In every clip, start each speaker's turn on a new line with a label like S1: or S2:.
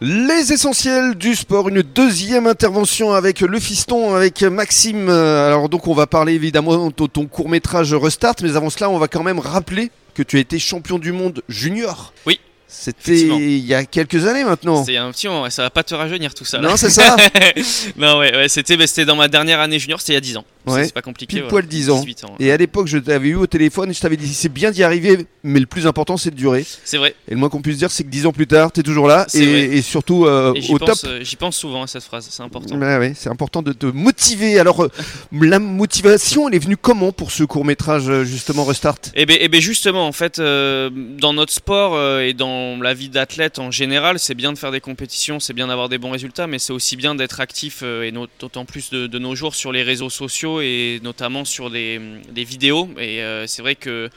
S1: Les essentiels du sport, une deuxième intervention avec le fiston, avec Maxime. Euh, Alors donc on va parler évidemment de ton court métrage Restart, mais avant cela on va quand même rappeler que tu as été champion du monde junior.
S2: Oui,
S1: C'était
S2: effectivement.
S1: il y a quelques années maintenant.
S2: C'est un petit moment, ouais, ça va pas te rajeunir tout ça. là.
S1: Non c'est ça
S2: non, ouais, ouais, c'était bah, c'était dans ma dernière année junior, c'était il y a 10 ans. C'est-
S1: Ouais,
S2: C'est pas compliqué.
S1: Pile
S2: voilà.
S1: poil 10 ans.
S2: 18 ans.
S1: Et à l'époque je t'avais eu au téléphone et je t'avais dit c'est bien d'y arriver, mais le plus important c'est de durer.
S2: C'est vrai.
S1: Et le moins qu'on puisse dire c'est que 10 ans plus tard t'es toujours là
S2: C'est vrai.
S1: et, et surtout euh,
S2: Et j'y
S1: au top.
S2: pense, euh, j'y pense souvent à cette phrase, c'est important.
S1: Ouais, ouais, c'est important de te motiver. Alors, euh, la motivation, elle est venue comment pour ce court métrage, euh, justement, Restart
S2: Et ben, eh ben, justement, en fait, euh, dans notre sport euh, et dans la vie d'athlète en général, c'est bien de faire des compétitions, c'est bien d'avoir des bons résultats, mais c'est aussi bien d'être actif, euh, et not- d'autant plus de, de nos jours sur les réseaux sociaux et notamment sur des, des vidéos. Et euh, c'est vrai que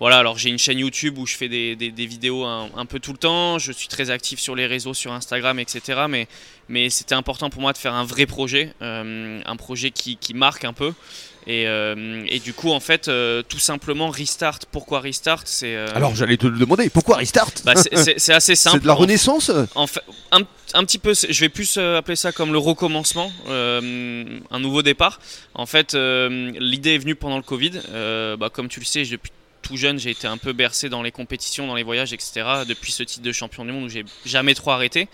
S2: Voilà, alors j'ai une chaîne YouTube où je fais des, des- des vidéos un, un peu tout le temps. Je suis très actif sur les réseaux, sur Instagram, etc. Mais, mais c'était important pour moi de faire un vrai projet, euh, un projet qui, qui marque un peu. Et, euh, et du coup, en fait, euh, tout simplement, Restart. Pourquoi Restart C'est euh,
S1: Alors, j'allais te le demander, pourquoi Restart
S2: bah, c'est- c'est c'est assez simple.
S1: C'est de la
S2: En fait,
S1: renaissance euh,
S2: en fait, un, un petit peu, c'est- je vais plus euh, appeler ça comme le recommencement, euh, un nouveau départ. En fait, euh, l'idée est venue pendant le Covid. Euh, bah, comme tu le sais, j'ai- depuis tout jeune, j'ai été un peu bercé dans les compétitions, dans les voyages, etc. Depuis ce titre de champion du monde où j'ai jamais trop arrêté.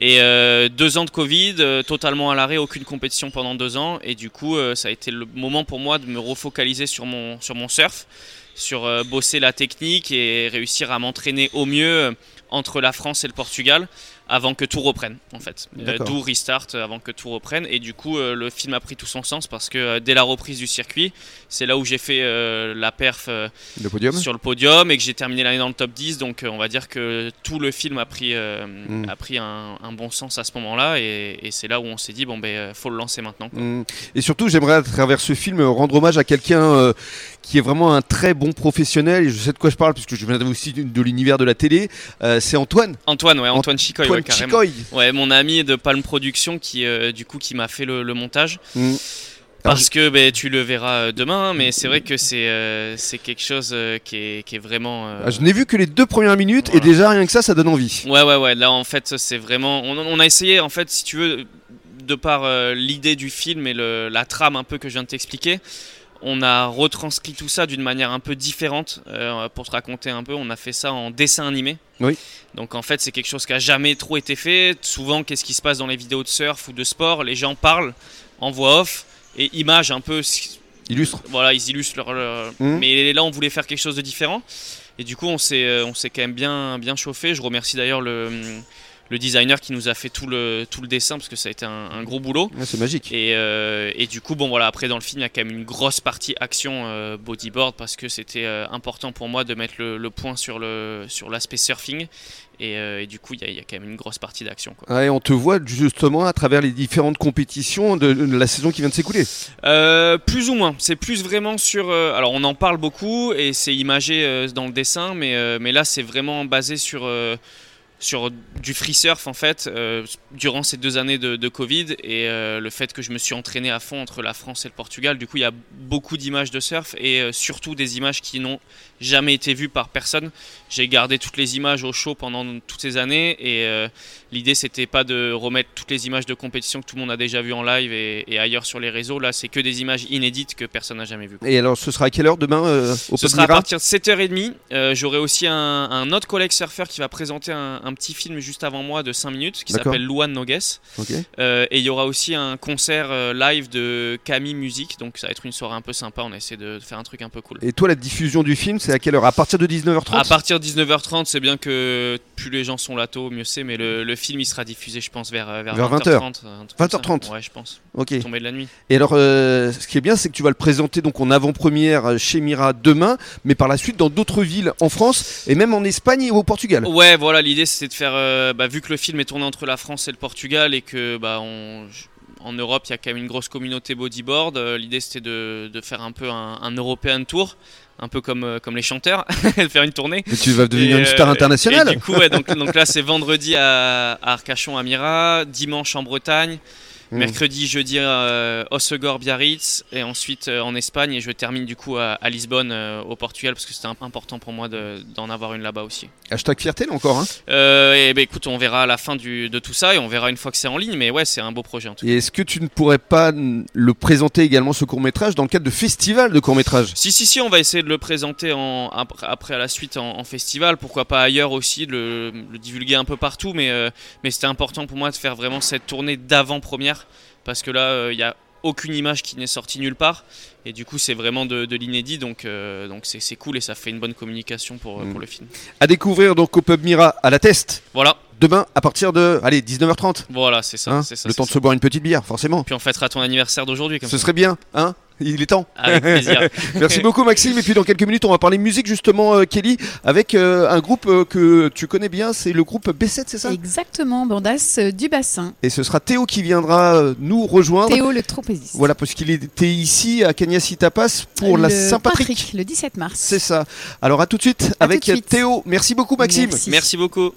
S2: Et euh, deux ans de Covid, euh, totalement à l'arrêt, aucune compétition pendant deux ans. Et du coup, euh, ça a été le moment pour moi de me refocaliser sur mon, sur mon surf, sur euh, bosser la technique et réussir à m'entraîner au mieux euh, entre la France et le Portugal avant que tout reprenne en fait. Euh,
S1: D'accord.
S2: D'où restart euh, avant que tout reprenne et du coup euh, le film a pris tout son sens parce que euh, dès la reprise du circuit, c'est là où j'ai fait euh, la perf euh,
S1: Le podium
S2: sur le podium et que j'ai terminé l'année dans le top 10 donc euh, on va dire que tout le film a pris euh,
S1: Mm.
S2: a pris un, un bon sens à ce moment-là et, et c'est là où on s'est dit bon ben euh, faut le lancer maintenant.
S1: Mm. Et surtout, j'aimerais à travers ce film euh, rendre hommage à quelqu'un euh, qui est vraiment un très bon professionnel. Et je sais de quoi je parle, puisque je viens aussi d'une- de l'univers de la télé. Euh, c'est Antoine.
S2: Antoine ouais, Antoine Chicoy ouais,
S1: Antoine
S2: carrément.
S1: Chicoy.
S2: Ouais, mon ami de Palm Production qui euh, du coup qui m'a fait le- le montage.
S1: Mm.
S2: Parce que ben, tu le verras euh, demain, hein, mais c'est vrai que c'est euh, c'est quelque chose euh, qui, est, qui est vraiment. euh,
S1: Ah, Je n'ai vu que les deux premières minutes,
S2: Voilà.
S1: et déjà, rien que ça, ça donne envie.
S2: Ouais, ouais, ouais. Là, en fait, c'est vraiment. On, on a essayé, en fait, si tu veux, de par euh, l'idée du film et le- la trame un peu que je viens de t'expliquer, on a retranscrit tout ça d'une manière un peu différente. Euh, pour te raconter un peu, on a fait ça en dessin animé.
S1: Oui.
S2: Donc, en fait, c'est quelque chose qui a jamais trop été fait. Souvent, qu'est-ce qui se passe dans les vidéos de surf ou de sport Les gens parlent en voix off et images un peu ce-
S1: Illustre.
S2: voilà, ils illustrent leur. leur-
S1: Mhm.
S2: Mais là, on voulait faire quelque chose de différent. Et du coup, on s'est, euh, on s'est quand même bien, bien chauffé. Je remercie d'ailleurs le, le designer qui nous a fait tout le, tout le dessin parce que ça a été un, un gros boulot.
S1: Ouais, c'est magique.
S2: Et, euh, et du coup, bon voilà, après dans le film, il y a quand même une grosse partie action euh, bodyboard parce que c'était euh, important pour moi de mettre le, le point sur, le, sur l'aspect surfing. Et, euh, et du coup, il y, a, il y a quand même une grosse partie d'action. Quoi.
S1: Ouais, on te voit justement à travers les différentes compétitions de de la saison qui vient de s'écouler.
S2: Euh, plus ou moins. C'est plus vraiment sur. euh, alors on en parle beaucoup et c'est imagé euh, dans le dessin, mais, euh, mais là c'est vraiment basé sur, euh, sur du free surf en fait, euh, durant ces deux années de, de Covid et euh, le fait que je me suis entraîné à fond entre la France et le Portugal. Du coup, il y a beaucoup d'images de surf et euh, surtout des images qui n'ont jamais été vues par personne. J'ai gardé toutes les images au chaud pendant toutes ces années et. euh, L'idée, c'était pas de remettre toutes les images de compétition que tout le monde a déjà vues en live et, et ailleurs sur les réseaux. Là, c'est que des images inédites que personne n'a jamais vues.
S1: Et alors, ce sera à quelle heure demain euh, au
S2: Ce
S1: Pub
S2: sera à
S1: Mira
S2: partir de 7h30. Euh, J'aurai aussi un, un autre collègue surfeur qui va présenter un, un petit film juste avant moi de 5 minutes qui
S1: D'accord.
S2: s'appelle Luan Nogues.
S1: Ok.
S2: Euh, et il y aura aussi un concert euh, live de Camille Musique. Donc ça va être une soirée un peu sympa. On essaie de faire un truc un peu cool.
S1: Et toi, la diffusion du film, c'est à quelle heure À partir de 19h30
S2: À partir de 19h30, c'est bien que plus les gens sont là tôt, mieux c'est. Mais le, le film, il sera diffusé, je pense, vers, euh, vers,
S1: Vers
S2: 20h30. un truc comme ça.
S1: 20h30.
S2: Ouais, je pense.
S1: Ok.
S2: Tombé de la nuit.
S1: Et alors, euh, ce qui est bien, c'est que tu vas le présenter donc en avant-première euh, chez Mira demain, mais par la suite dans d'autres villes en France et même en Espagne et au Portugal.
S2: Ouais, voilà, l'idée c'était de faire. euh, bah, vu que le film est tourné entre la France et le Portugal et que bah, on- j- en Europe il y a quand même une grosse communauté bodyboard, euh, l'idée c'était de, de faire un peu un, un European tour, un peu comme, euh, comme les chanteurs, de faire une tournée.
S1: Et tu vas devenir
S2: Et,
S1: une star
S2: euh,
S1: internationale.
S2: et du coup, ouais, donc, donc là c'est vendredi à, à Arcachon, à Mira, dimanche en Bretagne.
S1: Mm.
S2: Mercredi, jeudi, euh, Osegor, Biarritz, et ensuite euh, en Espagne, et je termine du coup à, à Lisbonne, euh, au Portugal, parce que c'était im- important pour moi de- d'en avoir une là-bas aussi.
S1: Hashtag fierté là encore. hein.
S2: Euh, et ben écoute, on verra à la fin du- de tout ça, et on verra une fois que c'est en ligne, mais ouais, c'est un beau projet en tout cas.
S1: Et est-ce que tu ne pourrais pas n- le présenter également ce court métrage dans le cadre de festivals de court métrage
S2: Si, si, si, on va essayer de le présenter en, après, après, à la suite en, en festival, pourquoi pas ailleurs aussi, de le, le divulguer un peu partout, mais, euh, mais c'était important pour moi de faire vraiment cette tournée d'avant-première, parce que là, euh, il y n'y a aucune image qui n'est sortie nulle part, et du coup, c'est vraiment de, de l'inédit, donc euh, donc c'est c'est cool et ça fait une bonne communication pour, euh,
S1: Mm.
S2: pour le film.
S1: À découvrir donc au pub Mira à la Teste
S2: Voilà,
S1: demain à partir de allez 19h30.
S2: voilà, c'est ça.
S1: hein,
S2: c'est ça
S1: le
S2: c'est
S1: temps de
S2: ça.
S1: se boire une petite bière forcément.
S2: Puis on fêtera ton anniversaire d'aujourd'hui, comme
S1: Ce
S2: ça.
S1: serait bien, hein Il est temps.
S2: Avec plaisir.
S1: Merci beaucoup Maxime. Et puis dans quelques minutes, on va parler musique justement, euh, Kelly, avec euh, un groupe euh, que tu connais bien, c'est le groupe B7, c'est ça
S3: Exactement, Bandas euh, du bassin.
S1: Et ce sera Théo qui viendra euh, nous rejoindre.
S3: Théo le tropéziste.
S1: Voilà, parce qu'il était ici à Cagnassi Tapas pour la
S3: Le
S1: Saint-Patrick.
S3: le 17 mars.
S1: C'est ça. Alors à tout de suite
S3: À
S1: avec
S3: tout de suite.
S1: Théo. Merci beaucoup Maxime.
S3: Merci.
S2: Merci beaucoup.